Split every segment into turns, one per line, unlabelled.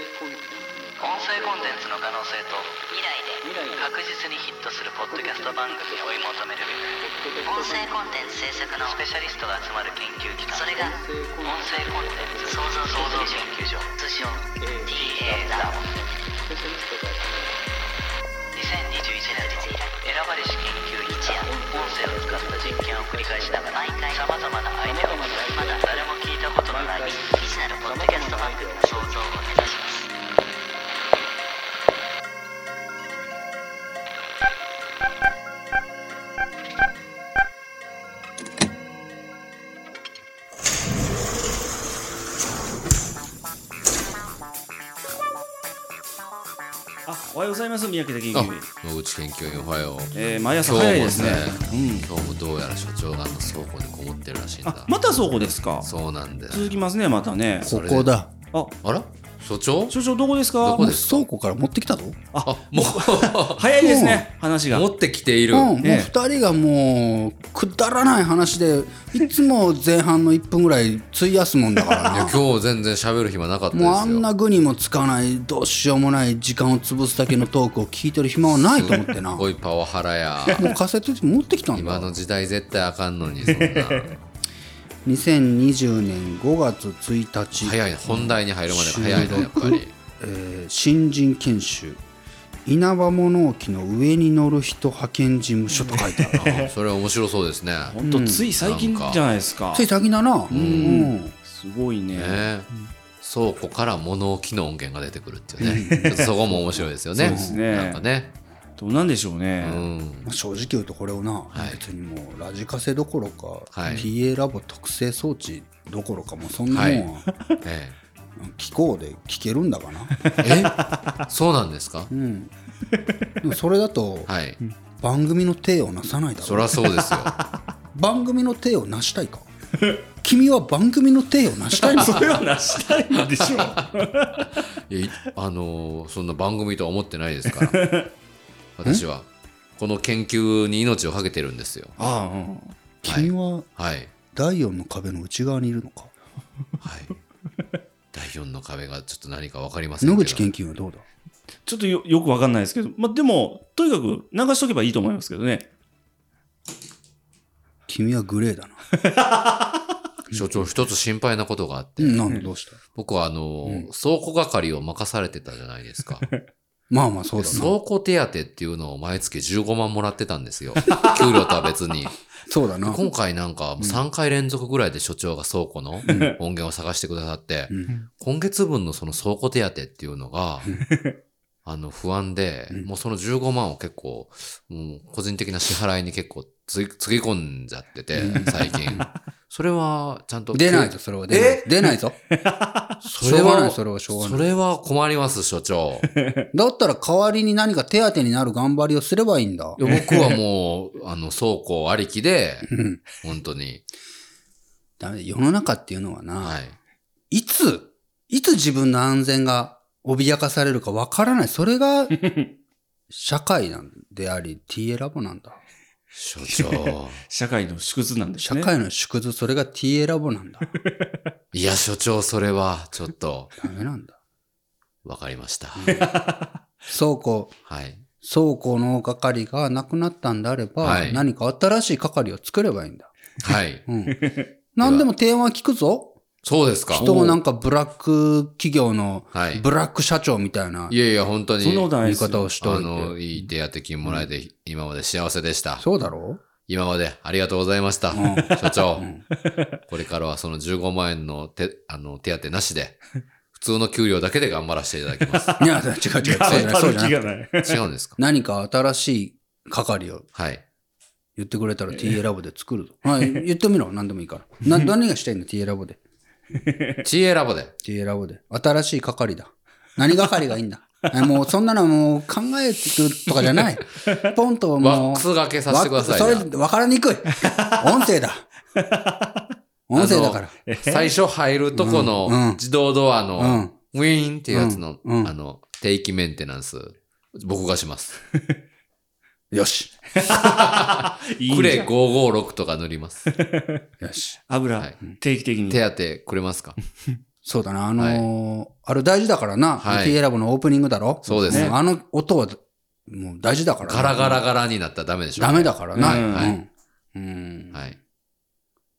音声コンテンツの可能性と未来で確実にヒットするポッドキャスト番組を追い求める音声コンテンツ制作のスペシャリストが集まる研究機関それが音声コンテンツ創造創造研究所通称 TA ラボ2021年の選ばれし研究一夜音声を使った実験を繰り返しながら毎回さまざまなアイデアを持ちまだ誰も聞いたことのない未知なるポッドキャスト番組の創造を目指します
あおはようございます三宅的
あ
に、
野口研究員おはよう。
えー、毎朝
今日も
早い
ね
ですねうん、
今日もどうやら所長があの倉庫にこもってるらしいん
あ
だ。
またそうこですか
そうなんだよ。
続きますねまたね
そ
こ
れで
こだ。
あ
あら所長
所長どこですか
どこですか
倉庫から持ってきたぞ。
あ、も
早いですね、話
う、
が
持ってきている。
うん、もう
ええ
二人がもうくだらない話でいつも前半の1分ぐらい費やすもんだから
いや
な
今日全然喋る暇なかったです
も
よ。
うあんな具にもつかないどうしようもない時間を潰すだけのトークを聞いてる暇はないと思ってな
す
もう
ごいパワハラ や。
カセットテープ持ってきたん
今
だ
の時代絶対あかんの に、そんな。
2020年5月1日、
早いね。本題に入るまでが早いな、やっぱり。
えー新人研修稲葉物置の上に乗る人派遣事務所と書いてあ る
あそれ面白そうですね。
ほんとつい最近じゃないですか
つい先だなうん
すごいね
ね倉庫から物置の音源が出てくるっていうね。ちょっとそこも面白いですよね。
そうですね
なんかね。
どうなんでしょうね、
うん。
まあ、正直言うとこれをな、
い
別にもうラジカセどころか、
はい
PA ラボ特製装置どころかもうそんなもんは、
え
機構で聞けるん だかな、
ええそうなんですか
うん、でもそれだと
はい。
番組の体をなさないだ
そ
ろ
りゃそうですよ。
番組の体をなしたいか君は番組の体をなしたい の
それはなしたいんでしょう
いやいあのーそんな番組とは思ってないです から。私は。この研究に命を懸けてるんですよ。
ああ、うん
君は
はい。
第4の壁の内側にいるのか
はい。第4の壁がちょっと何か分かりませんけ
野
ど。
口研究員はどうだ
ちょっとよよくわかんないですけど、まあ、でもとにかく流しとけばいいと思いますけどね
君はグレーだな、
所長、一つ心配なことがあって、
うん、なんでどうした
僕はあのー倉庫係を任されてたじゃないですか。
まあまあ そうだな
倉庫手当っていうのを毎月15万もらってたんですよ。給料とは別に。
そうだな
今回なんか3回連続ぐらいで所長が倉庫の音源を探してくださって、
うん
今月分のその倉庫手当っていうの が、あの不安で、もうその15万を結構、もう個人的な支払いに結構ついつぎ込んじゃってて、最近。それはちゃんと。
出ないぞそれは出ない出ないぞ
それ
しょうがな
は、
いそれはしょうがない
それは困ります、所 長。
だったら代わりに何か手当てになる頑張りをすればいいんだ
い。や僕はもう、あの、倉庫ありきで、本当に。
ダメだ世の中っていうのはな、
はい。
い、つ、いつ自分の安全が脅かされるかわからない。それが社会なんであり、TA ラボなんだ。
所長。
社会の縮図なんです
社
ね
会の縮図、それが TA ラボなんだ。
いや、所長、それは、ちょっと、
ダメなんだ。
わかりました。
倉庫、
はい。
倉庫の係がなくなったんであれば、
はい
何か新しい係を作ればいいんだ。
はい。
うん。何でも提案は聞くぞ。
そうですか。
人をなんかブラック企業の
はい
ブラック社長みたいない
やいや、本当に。
そんなことない
言
で
い
す
方をしと
あ
いて。
の、いい手当金もらえて、今まで幸せでした。
そうだろ
今までありがとうございました。
ん
所長、これからはその15万円の手、あの、手当なし で、普通の給料だけで頑張らせていただきます。
ういや、違う 違う、そうじゃ
頑
ない、そう
張る気
じゃない。
がない
違うんですか
何か新しい係を
はい。
言ってくれたら TA ラボで作るぞ。はい、言ってみろ、何でもいいから。な何がしたいんだ、TA ラボで。
知恵ラボで。
TA ラボで。新しい係だ。何係がいいんだ。あもうそんなのもう考えてくるとかじゃ ない。ポンともう。
ワックスがけさせてください
ワ
な
ックスそれ、わからにくい。音声 だ。音声だから。
あの。最初入るとこ
うんう
の
ん
自動ドアの、
うん
ウィーンっていうやつの、
うんうん
あの、定期メンテナンス、僕がします。
よし。
いいん
ク
じ
レ
ゃん
556とか塗ります。
よし。
油、
はい
定期的に
手当くれますか
そうだな、あのーあれ大事だからな、
はい
ユキエラボのオープニングだろ
そうです
ねあの音は、もう大事だからな。
ガラガラガラになったらダメでしょ。
ダメだからな。
う
うんん。
は
うん
はい。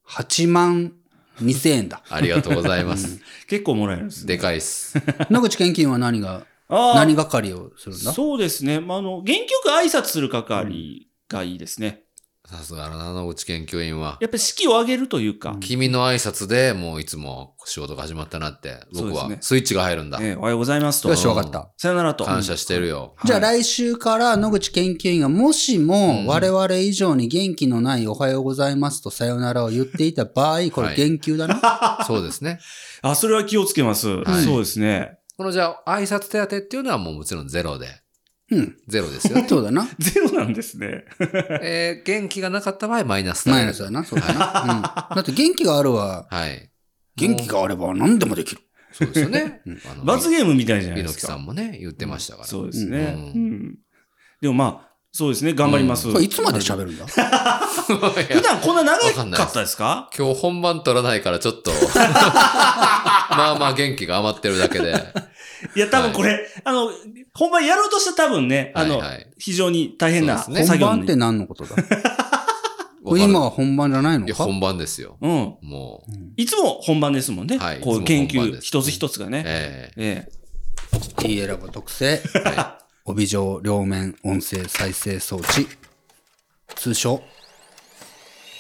8万2000 円だ。
ありがとうございます。
結構もらえるんです、ね。
でかいっす。
野口献金は何が、
あー
何係をするんだ
そうですね。まあ、あの、元気よく挨拶する係がいいですね。
さすがだな、野口研究員は。
やっぱり式を上げるというか、
君の挨拶でもういつも仕事が始まったなって、僕
そう
は
ですね
スイッチが入るんだ。
ええおはようございますと。
よし、わかった。
さよならと。
感謝してるよ。
い
じゃあ来週から野口研究員がもしも
ん
我々以上に元気のないおはようございますとさよならを言っていた場合、こ
は
れ
い
言 及だな。
そうですね。
あ、それは気をつけます。
はい
そうですね。
このじゃあ、挨拶手当てっていうのはもうもちろんゼロで。
うん。
ゼロですよね。
そう だな。
ゼロなんですね。
えー元気がなかった場合マイナスだよ
マイナスだな。そうだな。うん。だって元気があるは、
はい。
元気があれば何でもできる。
そうですよね。あの
罰ゲームみたいじゃないで
みの
す
きさ
か。
んもね、言ってましたから。
そうですね、う
うんん
でもまあ、そうですね。頑張ります。
これいつまで喋るんだ
いや
普段こんな長
わかんない
か
で
っ
す
たですか
今日本番取らないからちょっと、まあまあ元気が余ってるだけで。
いや、多分これ、あの、本番やろうとしたら多分ね、あの、
はいはい
非常に大変な
そう
作
ですね
業
本
に
番って何のことだ
わかる
今は本番じゃないの
いや、
か
本番ですよ。
うん。
もう、
いつも本番ですもんね。
はい
こう、
いつも
研
本番
究
です
一つ一つがね。
え
ええ。
いい選ぶ特性。
えは
帯状両面音声再生装置。通称、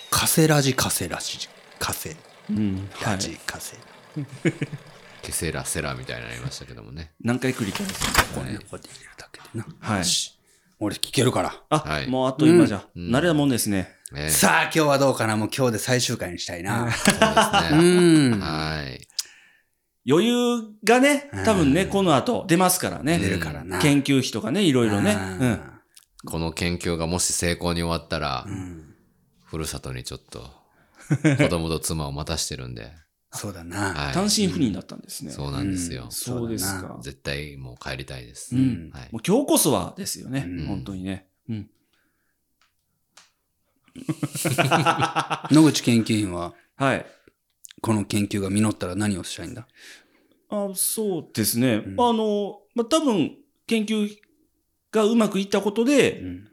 カセラジカセラジ。カセ
うん。は
ラ
い。
ジカセ。
い。ケセラセラみたいになりましたけどもね。
何回繰り返す
これねこうやって入れるだけでな。
はい。
俺聞けるから。
あ、
はい
もうあと今じゃ、
ん
慣れたもんですね。
ええそ
さあ今日はどうかなもう今日で最終回にしたいな。
うです
う
ね。
ん。
はい。
余裕がね、多分ね、この後出ますからね。
出るからな
研究費とかね、いろいろね。うん。
この研究がもし成功に終わったら、
うん。
ふるさとにちょっと、子供と妻を待たしてるんで。
そうだな。
はい。
単身赴任だったんですね。
そうなんですよ。
そうですか。
絶対もう帰りたいです。
うん
はい
もう今日こそはですよね。
うん
本当にね。うん。
野口研究員は、
はい。
この研究が実ったら何をしたいんだ
あそうですね。
ん
あの、まあ、多分、研究がうまくいったことで、
ん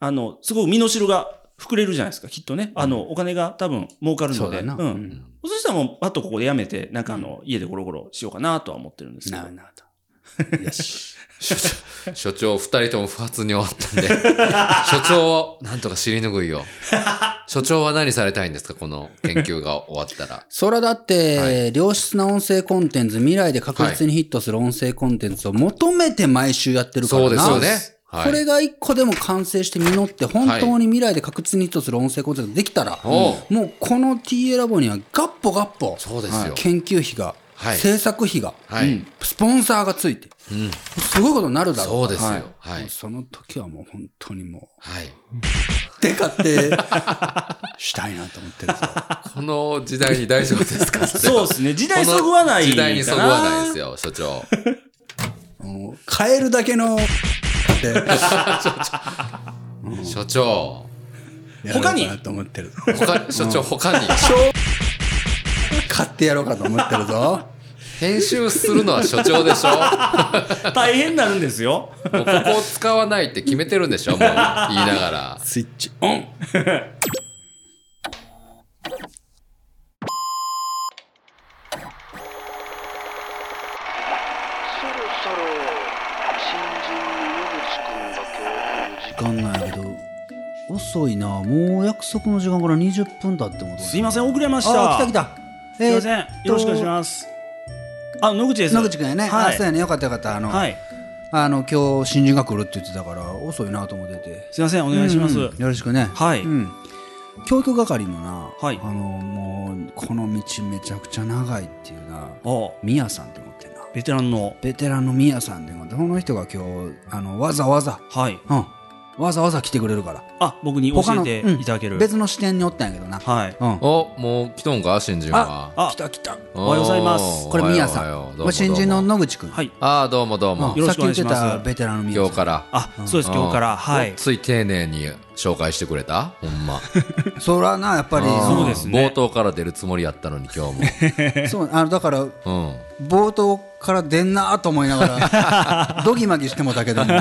あの、すごく身の代が膨れるじゃないですか、きっとね。あの、お金が多分儲かる
そ
の
う
で。
だな。
う。
うんん。
そしたらもう、パッとここでやめて、なんかあの、家でゴロゴロしようかなとは思ってるんですけ
な
ど
る。なると。よし。
所長二人とも不発に終わったんで、所長をなんとか尻拭いを。所長は何されたいんですかこの研究が終わったら。
それだって、
は
良質な音声コンテンツ、未来で確実にヒットする音声コンテンツを求めて毎週やってるから
そ
な。
うですよね。はい。
これが一個でも完成して実って、本当に未来で確実にヒットする音声コンテンツができたら、
おう
もうこの TA ラボにはガッポガッポ、
そうですよ。
研究費が、
はい
制作費が、
はい。
うん
スポンサーがついて、
うん
すごいことになるだろう。
そうですよ
はい。
は
も。
いう
その時はもう本当にも
はい。
う、でかって、したいなと思ってるぞ。
この時代に大丈夫ですか
そうですね。時代そぐわない
時代にそぐわな
か
いですよ、所長。
もう変えるだけの、って、
所長。
やろうか
他
な
に
と思ってるぞ。
他、所長、他に。
買ってやろうかと思ってるぞ。
編集するのは所長でしょ
大変になるんですよ。
もうここを使わないって決めてるんでしょもう言いなが ら。
スイッチオン
そろそろ新人の野口くんが今日来る時間
時間なんやけど、遅いな。もう約束の時間から20分だってこと
すいません、遅れました。
あー、来た来た。
すいません。
え
よ
ーっと
ろしくお願いします。あ、野口です。
野口くんやね。
は
あ、そうや
い。
ね。よかったよかった。あの、
はい。
あの今日新人が来るって言ってたから、遅いなと思ってて。
すいません、お願いします。
うんよろしくね。
はい
うん。教育係もな、
はい
あの、もう、この道めちゃくちゃ長いっていうな、
あ
ミヤさんって思ってんな。
ベテランの。
ベテランのミヤさんって思って、この人が今日、あの、わざわざ、
はい。
うん、わざわざ来てくれるから。
あ、僕に教えて
うん
いただける。
別の視点におったんやけどな。
はい。
うん。
お、もう来とんか新人は。
あ
来た来た。
お
おはようございます
これ、ミヤさ
おはようおはよ
ん。
う
これ、新人の。
どうもどうも
野口くん。
はい。
ああ、どうもどう
う
も
ん。
よろしくお
さっ
願い
き
し
言
ま
っ
す
てたベテランのミヤさん。
今日から。
あ、そうです、
うん
今日から。は
お
い。
つい丁寧に紹介してくれたほ んま。
そらな、やっぱり、
ん
そうですね
冒頭から出るつもりやったのに今 日
そう、あの、だから、
も。うん。
冒頭から出んなと思いながら、ドギマギしてもたけども、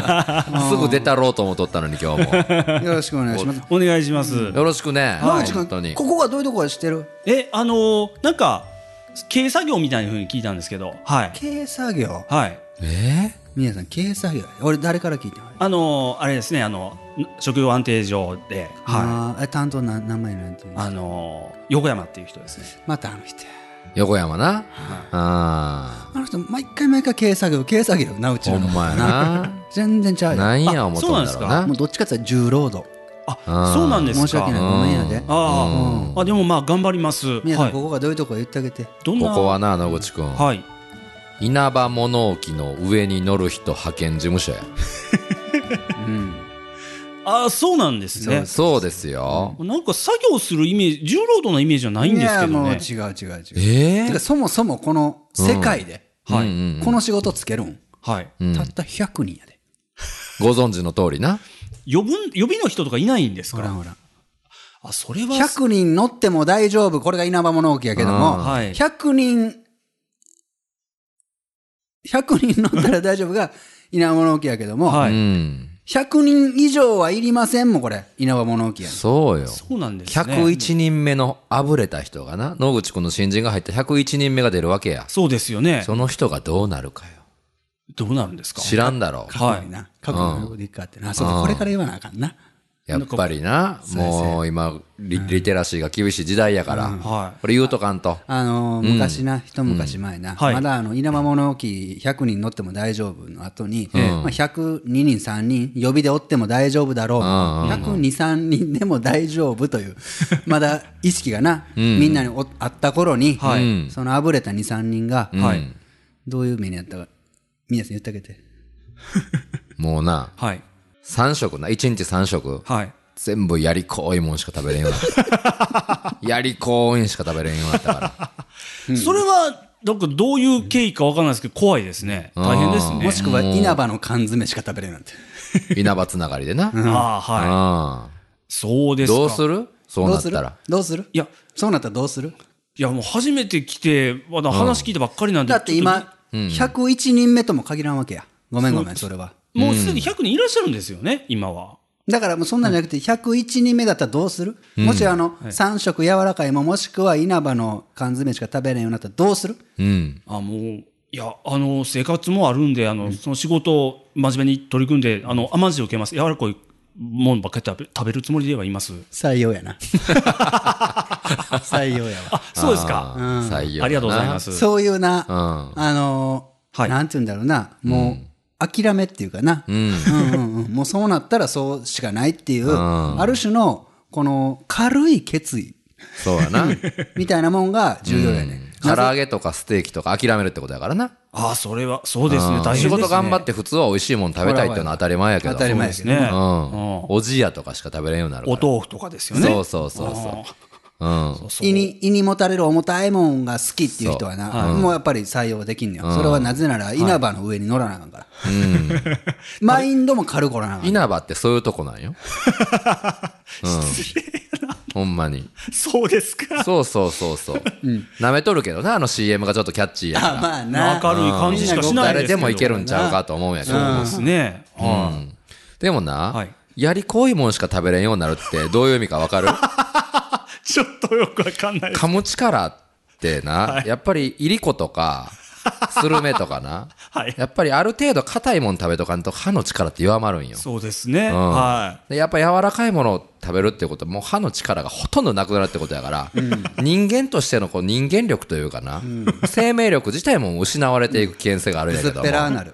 すぐ出たろうと思っとったのに今日も。
よろしくお願いします。
お願いします。
よろしくね。
野口
本当
君、
に。
ここはどういうとこはしてる
え、あのーなんか、軽作業みたいな風に聞いたんですけど、はい。
軽作業。
はい。
え
皆さん、軽作業。俺、誰から聞いてる
あのーあれですね、あの、職業安定所で、はい。
あーえ担当な名前なんていう
あのー横山っていう人ですね。
またあの人や
横山な。あ
あの人毎回毎回軽作業軽作業なうち
あ。ほ
の
んまやな。
全然ちゃう
な
よ
んや思っとんだろう
あ
な
も。うどっちかって言ったら重労働
あ
あー
そうなんですか。
申し訳ない
うん
ごめんやで
あ
うん
あ、あ、でもまあ頑張ります。
皆さん
は
ここがどういうとこか言ってあげて
い。どんな
ここはな、野口くん。
はい。
稲葉物置の上に乗る人派遣事務所や。
うん
ああ、そうなんですね。
そうですよ。
なんか作業するイメージ、重労働のイメージじゃないんですけどね。
いやもう違う違う違う
え
てか
え
そもそもこの世界で
は
うん
い。
うん
この仕事つけるん
はい。
うん
たった100人やで
ご存知の通りな。
呼ぶ、呼びの人とかいないんです
ほ
からら。
ほら
あ、それは。
100人乗っても大丈夫これが稲葉物置やけど
うん
も
はい。
100人100人乗ったら大丈夫が稲葉物置やけども
は
う
い。
ん。
100人以上はいりませんもんこれ稲葉物置やね
そうよ。
そうなんですね。
101人目のあぶれた人がな、野口くんの新人が入った101人目が出るわけや。
そうですよね。
その人がどうなるかよ。
どうなるんですか
知らんだろう。
過去にな過去のことでいいかってなそうかこれから言わなあかんな
やっぱりな、もう今リ、リテラシーが厳しい時代やから、
はい
これ言うとかんと。
あのー昔な、一昔前な、
はい
まだあの稲葉物置100人乗っても大丈夫の後に、まあ、102人3人予備でおっても大丈夫だろう、1023人でも大丈夫という まだ意識がな、みんなにおあった頃に、
はい
そのあぶれた23人が、
はい
うん
どういう目にあったか皆さん言ってあげて
もうな、
はい。
3食な、1日3食、
はい。
全部やりこいもんしか食べ れんようになった。やりこいんしか食べれんようになったから。
それは、なんかどういう経緯かわからないですけど、怖いですね。大変ですね。
もしくは稲葉の缶詰しか食べれないなんて
稲葉つながりでな。
ああ、はい。そう
う
で
ん
すか。
どうするそう
ど
な
う
っ
す
た
る
ら。
どうする
いや、
そうなったらどうする
いやもう初めて来て、まだ話聞いたばっかりなんで。
だって
ちょと
今、101人目とも限らんわけや。ごめんごめん、それは。
もうすでに100人いらっしゃるんですよね、今は。
だからもうそんなんじゃなくて、101人目だったらどうする、もしあの、3食柔らかいも、もしくは稲葉の缶詰しか食べれんようになったらどうする
うん。
あ、もう、いや、あの、生活もあるんで、あの、その仕事を真面目に取り組んで、あの、甘んじて受けます。柔らかいもんばっかり食べ食べるつもりではいます。
採用や な。採用やわ。
そうですか。
あー採用。
ありがとうございま。す。
そういうな、
うん。
あのー
はい
なんて言うんだろうな、もう、諦めっていうかな、うんうんうんもうそうなったらそうしかないっていう、
ん
ある種の、この軽い決意
そうやな。
みたいなもんが重要やね。
唐揚げとかステーキとか諦めるってことやからな。
ああ、それは、そうですね。大変です
仕
ね。
事頑張って普通は美味しいもの食べたいっていうのは当たり前やけど。
当たり前や
で
け
す
どね
ね。
うん。
うん
おじやとかしか食べれんようになるか
お
ら。
豆腐とかですよね。
そうそうそうそう。うん。
そうそう
胃に胃にもたれる重たいもんが好きっていう人はな、もうやっぱり採用できんのよ、それはなぜなら稲葉の上に乗らなあかんから、 マインドも軽くおらなあかん
稲葉ってそういうとこなん よ。うん、ほんまに。
そうですか。
そうそうそうそう。舐めとるけどな、あの CM がちょっとキャッチーやから。
まあな
明るい感じしかしないですけど。
誰でもいけるんちゃうかと思うんやけど。
そうですね。は
うんでもな、
はい
やりこいもんしか食べれんようになるってどういう意味かわかる
いちょっとよくわかんないです。
噛む力ってな、やっぱりいりことか、スルメとかな、
はい。
やっぱりある程度硬いもん食べとかんと歯の力って弱まるんよ。
そうですね。
うん
は
でやっぱ柔らかいものを食べるってことはもう歯の力がほとんどなくなるってことやから、人間としてのこう人間力というかな、生命力自体も失われていく危険性があるんやけ
薄っ
ども
ぺらーなる
い。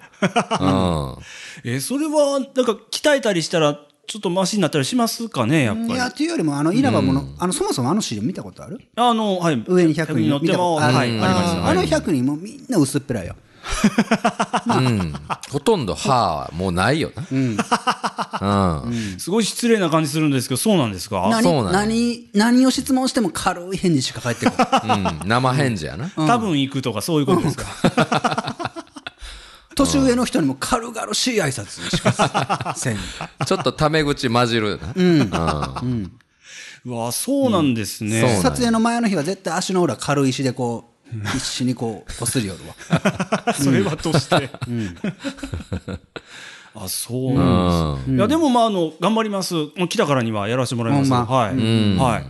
えーそれは、なんか鍛えたりしたら、ちょっとマシになったりしますかね、やっぱ
い
り。
やっていうよりもあの稲葉もの、あのそもそもあの CM 見たことある
あの、はい。
上に100人
乗っても、
見たこと
はい、あ
あ
り
の
まし
あの100人もみんな薄っぺらいよ、
うん、うん、ほとんど歯はもうないよな、うん
た。すごい失礼な感じするんですけど、そうなんですか
何
そうなんや
何何を質問しても軽い返事しか返ってこ ない
うん生返事やな、
多分行くとかそういうことですか。
途年上の人にも軽々しい挨拶しかせん。
ちょっとタメ口混じるな。うん。うん。
うわ、そうなんですね。
そうなんや
撮影の前の日は絶対足の裏軽い石でこう、必死にこう、こすりよるわ。
それはとして。あ、そうなんです。いや、でも、まあ、あの、頑張ります。もう来たからにはやらせてもらいます。
ほんま
はい。はい。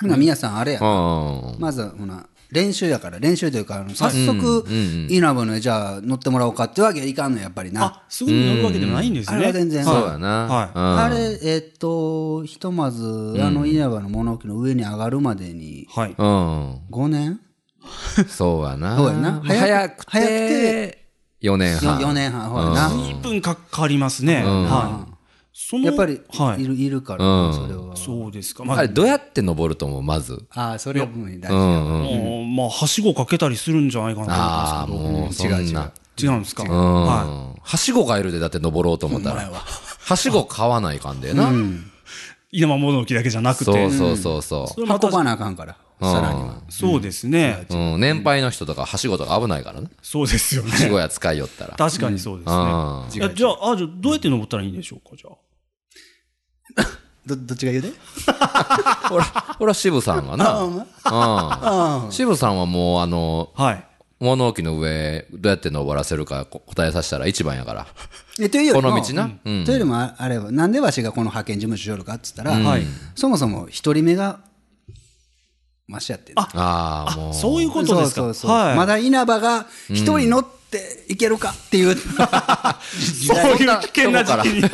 ほな、宮さんあれや。
あ
まず、ほな、練習やから、練習というか、あの早速、イナブのじゃあ乗ってもらおうかってわけはいかんの、やっぱりな
あ。、すぐに乗るわけでもないんですね。
あれは全然
そう
は
やな。
は
あ
うん。
れ、えっと、ひとまず、あの稲葉の物置の上に上がるまでに
い。、はい。
うん。
5年
そうやな。
そうやな
まあ早く
早く
て
て、
4年半。
?4 年半、ほらな。
一分かかりますね。はい。その
やっぱり、、
はいい。
る、いるから、
うん
それは。
そうですか。ま
あ
あ
れ、、どうやって登ると思う、まず。
ああ、それはもう大
うんう
事。
ん。
もうまあ、はしごかけたりするんじゃないか
あ
な
あ、
と思うん
もう、
ですけ
そん
ど。
な。
違う違う。違うんですか。
うん
は
はしごがいるで、だって登ろうと思ったら。はしご買わないかんでな。
い。稲間物置だけじゃなくて。
そうそうそうそ
それまた
運ばなあかんから、さらには。
そうですね。
う。うん。年配の人とか、はしごとか危ないからね。
そうですよ
はし
ね。
ごや使いよったら。
確かにそうですね。
うん
いやじゃあ、あじゃあどうやって登ったらいいんでしょうか、じゃあ。
ど、どっちが言うで
ほら、ほら、渋さんがな。うん。渋さんはもう、あの、
はい。
物置の上、どうやって登らせるかこ答えさせたら一番やから。
えというよりも
この道なうん
というよりもああればなんでわしがこの派遣事務所しよるかっつったら、
はい
そもそも一人目がましやってん
あ
ああ、もう。
そういうことです
そ
か
う。そうそう
はい。
まだ稲葉が一人乗っていけるかっ ていう、
そういう危険な時期に。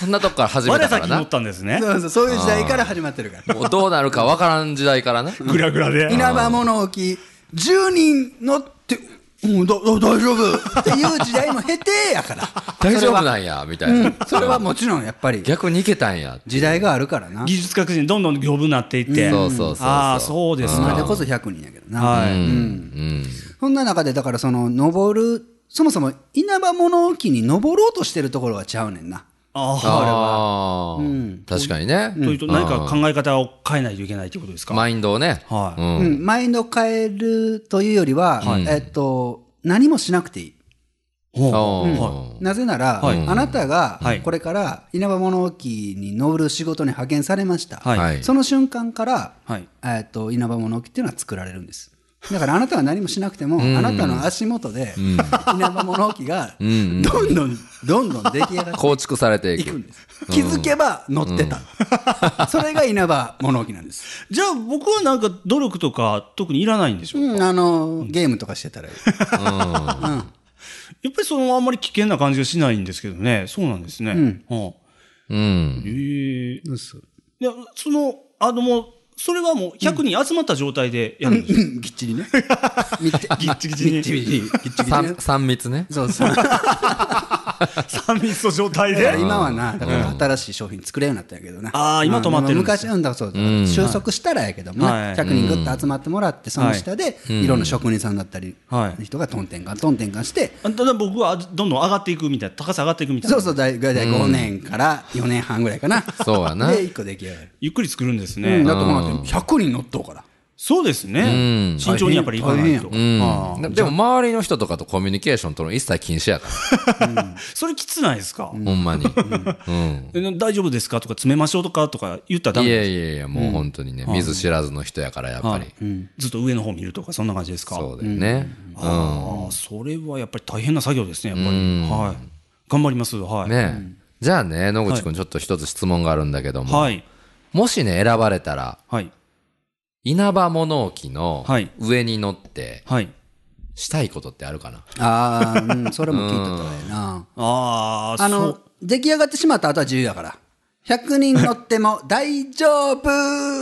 そんなとこから始め
我
たか
先
ら
に乗
な
っ。たんですね。
そうそうそういう時代から始まってるから
もうどうなるかわからん時代からな。
ぐらぐらで。
稲葉物置10人乗って、うん、だだ大丈夫っていう時代も経てやから
大丈夫なんや、みたいな。
それはもちろんやっぱり
逆に行けたんや。
時代があるからな
技術革新どんどん呼ぶなっていって。
そうそうそうそう
ああ、そうです
今で
か。
こそ100人やけどな、
はい。
うん。
そんな中で、だからその、登る、そもそも稲葉物置に登ろうとしてるところはちゃうねんな。
ああ。
ああ、確かにね。
というと、何か考え方を変えないといけないということですか。
マインドをね。
はい
うん
うん、マインドを変えるというよりは、えっと、何もしなくていい。
ほう
あ
なぜなら、
はい
あなたが
はい
これから稲葉物置に登る仕事に派遣されました。
はい
あ。はい。
その瞬間から、
はい
えっと、稲葉物置っていうのは作られるんです。だからあなたは何もしなくても、あなたの足元で、稲葉物置が、どんどん、どんどん出来上がって
構築されてい
行くん
く
で。す。気づけば乗ってた。 それが稲葉物置なんです。
じゃあ、僕はなんか努力とか特にいらないんでしょうか。
うん、あの、ゲームとかしてたらいい。
やっぱりそのあんまり危険な感じがしないんですけどね。そうなんですね。はあ
うん。
ええいや、その、あのもう、それはもう100人集まった状態でやるんですよ。
ぎっちりね。みっちぎっちぎちぎっちぎちぎっちぎちね
三。三密ね。
そうそう。だか
三密の状態
ら
で。
今はな、だから新しい商品作れるようになったんやけどな。
あー今止まってるんです
昔、うんだからそうそう。収束したらやけども
は
ない100人ぐっと集まってもらって、その下で、いろんな職人さんだったり
は、い
人がトンテンカン、トンテンカンして、
ただ僕はどんどん上がっていくみたいな、高さ上がっていくみたいな。
そうそう、大大体5年から4年半ぐらいかな。
そうやな
で、1個出来上がる。
ゆっくり作るんです
う
ね。
ん、だってもう100人乗っとうから。
そうですね
ん。
慎重にやっぱりいかないと。
大
うん
ああ
でも周りの人とかとコミュニケーション取るの一切禁止やか
それきつないですか、
ら。ほんまに。うん。
え大丈夫ですかとか、詰めましょうとかとか言ったらダ
い
メ
や
です
いやいや、もう本当にね、見ず知らずの人やから、やっぱり。
ずっと上の方見るとか、そんな感じですか
そうだよね。
ああ、それはやっぱり大変な作業ですね、やっぱり。はい。頑張ります。はい。
ねじゃあね、野口くん、ちょっと一つ質問があるんだけども、
はい。
もしね、選ばれたら、
はい。
稲葉物置の
はい
上に乗って、
はい。
したいことってあるかな
ああ、うん、それも聞いとったらええな。
ああ、
あ
そ
の
う。、
出来上がってしまった後は自由やから。100人乗っても大丈夫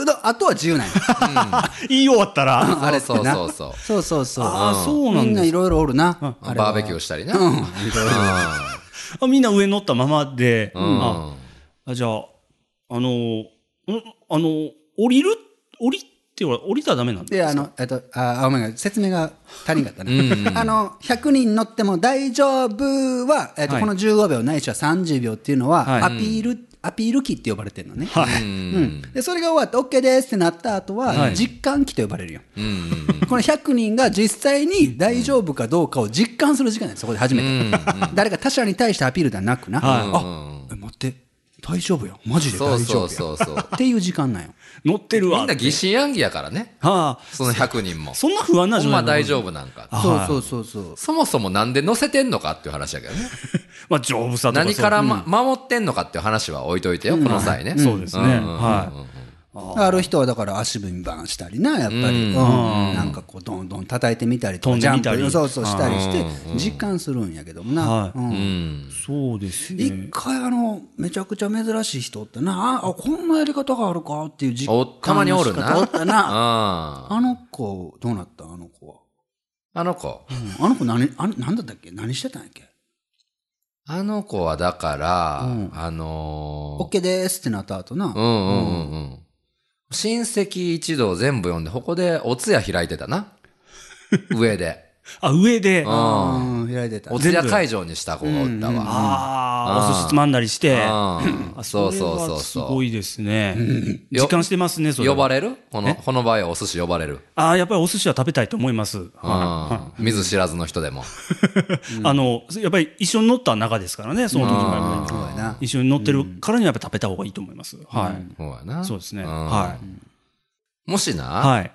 の後は自由なん や。
言い終わったら。
あれってな。
そうそうそう
そうそうそう
あーそうなんです
みんないろいろおるな。あれは
バーベキューしたりな。
あみんな上乗ったままで、
うん
ああじゃあ、あのー、んあのー、降りる降りっては、降りたらダメなんです
で、
か
あの、えっと、あー、あ、ごめんごめん説明が足りんかったね。あの、100人乗っても大丈夫は、えっと、
はい
この15秒ないしは30秒っていうのは、
はい
アピールアピール期って呼ばれてるのね。
は
う
い。
うんん、でそれが終わって OK ですってなった後は、
はい
実感期と呼ばれるよ。
うんうん
この100人が実際に大丈夫かどうかを実感する時間なんです、そこで初めて。誰か他者に対してアピールではなくな、
はい
あえ待って、大丈夫よ、マジで
そう
大
そ
丈
う
夫よ
そうそう。
っていう時間なんよ。
乗ってるわ。
みんな疑心暗鬼やからね。
はあ。
その100人も。
そんな不安な
ほ
状
ん
態な
ま
の
大丈夫なんか。
あ
そう
はい
そうそうそう。
そもそもなんで載せてんのかっていう話やけどね。
まあ、丈夫さとか
何から、
そう
ま守ってんのかっていう話は置いといてよ、この際ね。
そうですね。
んん
は
ある人はだから足踏みバンしたりな、やっぱり。うんなんかこう、どんどん叩いてみたり
飛
とか、
ん
ジ
で
ャ
み
ン
たり
プ、そうそうしたりし
うん
て、実感するんやけどもな
は。い
うん
うん
い。そうです
一
ね。
回あの、めちゃくちゃ珍しい人ってな、あ、あこんなやり方があるかっていう実
おたま
感
に
の
お
仕
るな。
方おった な。
あ
あの子、どうなったあの子は。
あの子。
うんあの子何、あの、なんだったっけ何してたんやっけ
あの子はだから、
うん
あのー
?OK ですってなった後な。
うんうんうんうん。親戚一同全部読んで、ここでお通夜開いてた な。上で。
あ、上で、あ
うん。
うん、開いてた。
お通夜会場にした子がおったわ。
あー、お寿司つまんだりして。
うん
あ
そうそうそう
れはすご
そ
いですね。
よ。
時間してますね、そうれは。
呼ばれるこの、この場合はお寿司呼ばれる。
ああ、やっぱりお寿司は食べたいと思います。
うん。見ず知らずの人でも。
あの、やっぱり一緒に乗った中ですからね、その時
うん
は。
そうやな。
一緒に乗ってるからにはやっぱ食べた方がいいと思います。は
そうやな。
い。そうですね。
ん
はい。
もしな、
はい。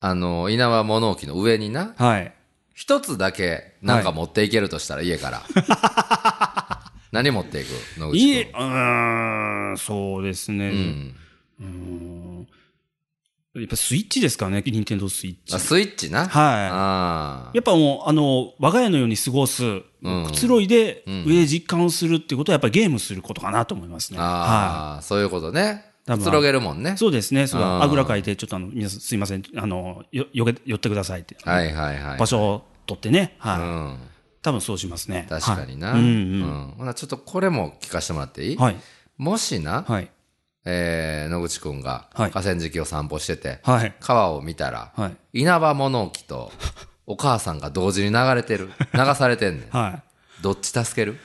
あの、稲葉物置の上にな、
はい。
一つだけなんか持っていけるとしたら家から。何持っていく野口君
いい、うーん、そうですね。
う。
うんーんやっぱスイッチですかね、任天堂スイッチ
あ。スイッチな。
は
あ
い。やっぱもう、あの、我が家のように過ごす、くつろいで、
うん
上で実感をするっていうことは、やっぱりゲームすることかなと思います
ー
ね。は
あー、そういうことね。
多
く
分
つろげるもんね
い。。そうですね。それ
あ
は
ー
あぐらかいて、ちょっとあの、皆さんすいません、あの、よ、よけ、寄ってくださいって。
はいはいはい。
場所を取ってね。
う
はい。
ん。
多分そうしますね。
確かにな。
は
う
い、うん
ん。ほなちょっとこれも聞かせてもらってい
うん。
い
はい。
もしな、
はい。
えー野口くんが
はい
河川敷を散歩してて、
はい。
川を見たら、
はい。
稲葉物置とお母さんが同時に流れてる。流されてんねん。
はい。
どっち助ける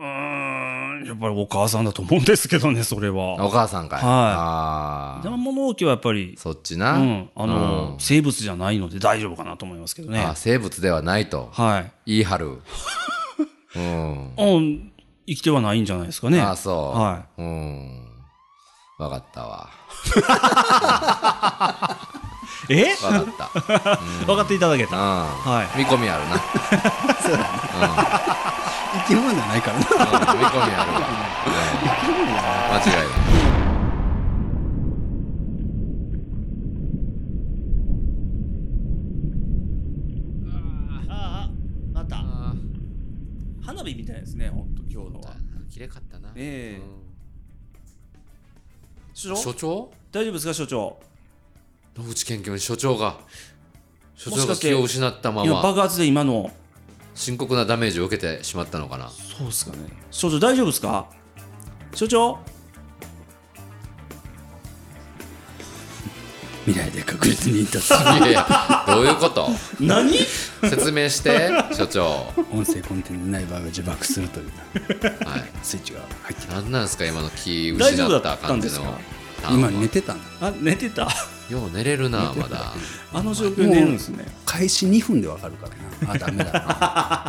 うーん、やっぱりお母さんだと思うんですけどね、それは。
お母さんかい。
はい
あー
物置はやっぱり、
そっち
う
な。
ん、あの、
うん
生物じゃないので大丈夫かなと思いますけどね。
あ生物ではないと。
はい。
言い 張る。うん。
うん、生きてはないんじゃないですかね。
あそう。
は
うん。わかったわ。
い。え
わか った。
分かっていただけた。
う
はい。
ん。見込みあるな。
生き物じゃないからな。
うん見込みあるわ。うん間違いない。
ああ、あった。花火みたいですね、本当今日のは。
綺麗かったな。
ええ
うん
所長
所長
大丈夫ですか、所長。
野口研究に所長が所
も
長
しか
が
して
気を失ったま
今、
ま
爆発で今の。
深刻なダメージを受けてしまったのかな
そうですかね。所長、大丈夫ですか所長
未来で確実に立つ
いやいやどういうこと
何
説明して 所長は
音声コンテンツない場合は自爆するという
い
スイッチが入って
何なんですか今の気
大丈夫
失っ
だ
た
った
感
んで
じ
す
の
か
ターン
今
は
寝てたの
あ、寝て た。
よう寝れる なまだ
あの状況で寝るんですね。
開始2分でわかるからなあダメだ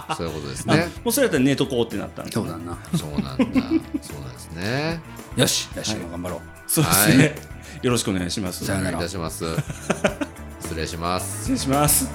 な
そういうことですね
もうそれやったら寝とこうってなったんで。
そうだな
そうなんだそうなんですね
よしよし、もう頑張ろう
そう ですね。よろしくお願いします。
さよ
お
な
願
ら
いいたします失礼します
失礼します。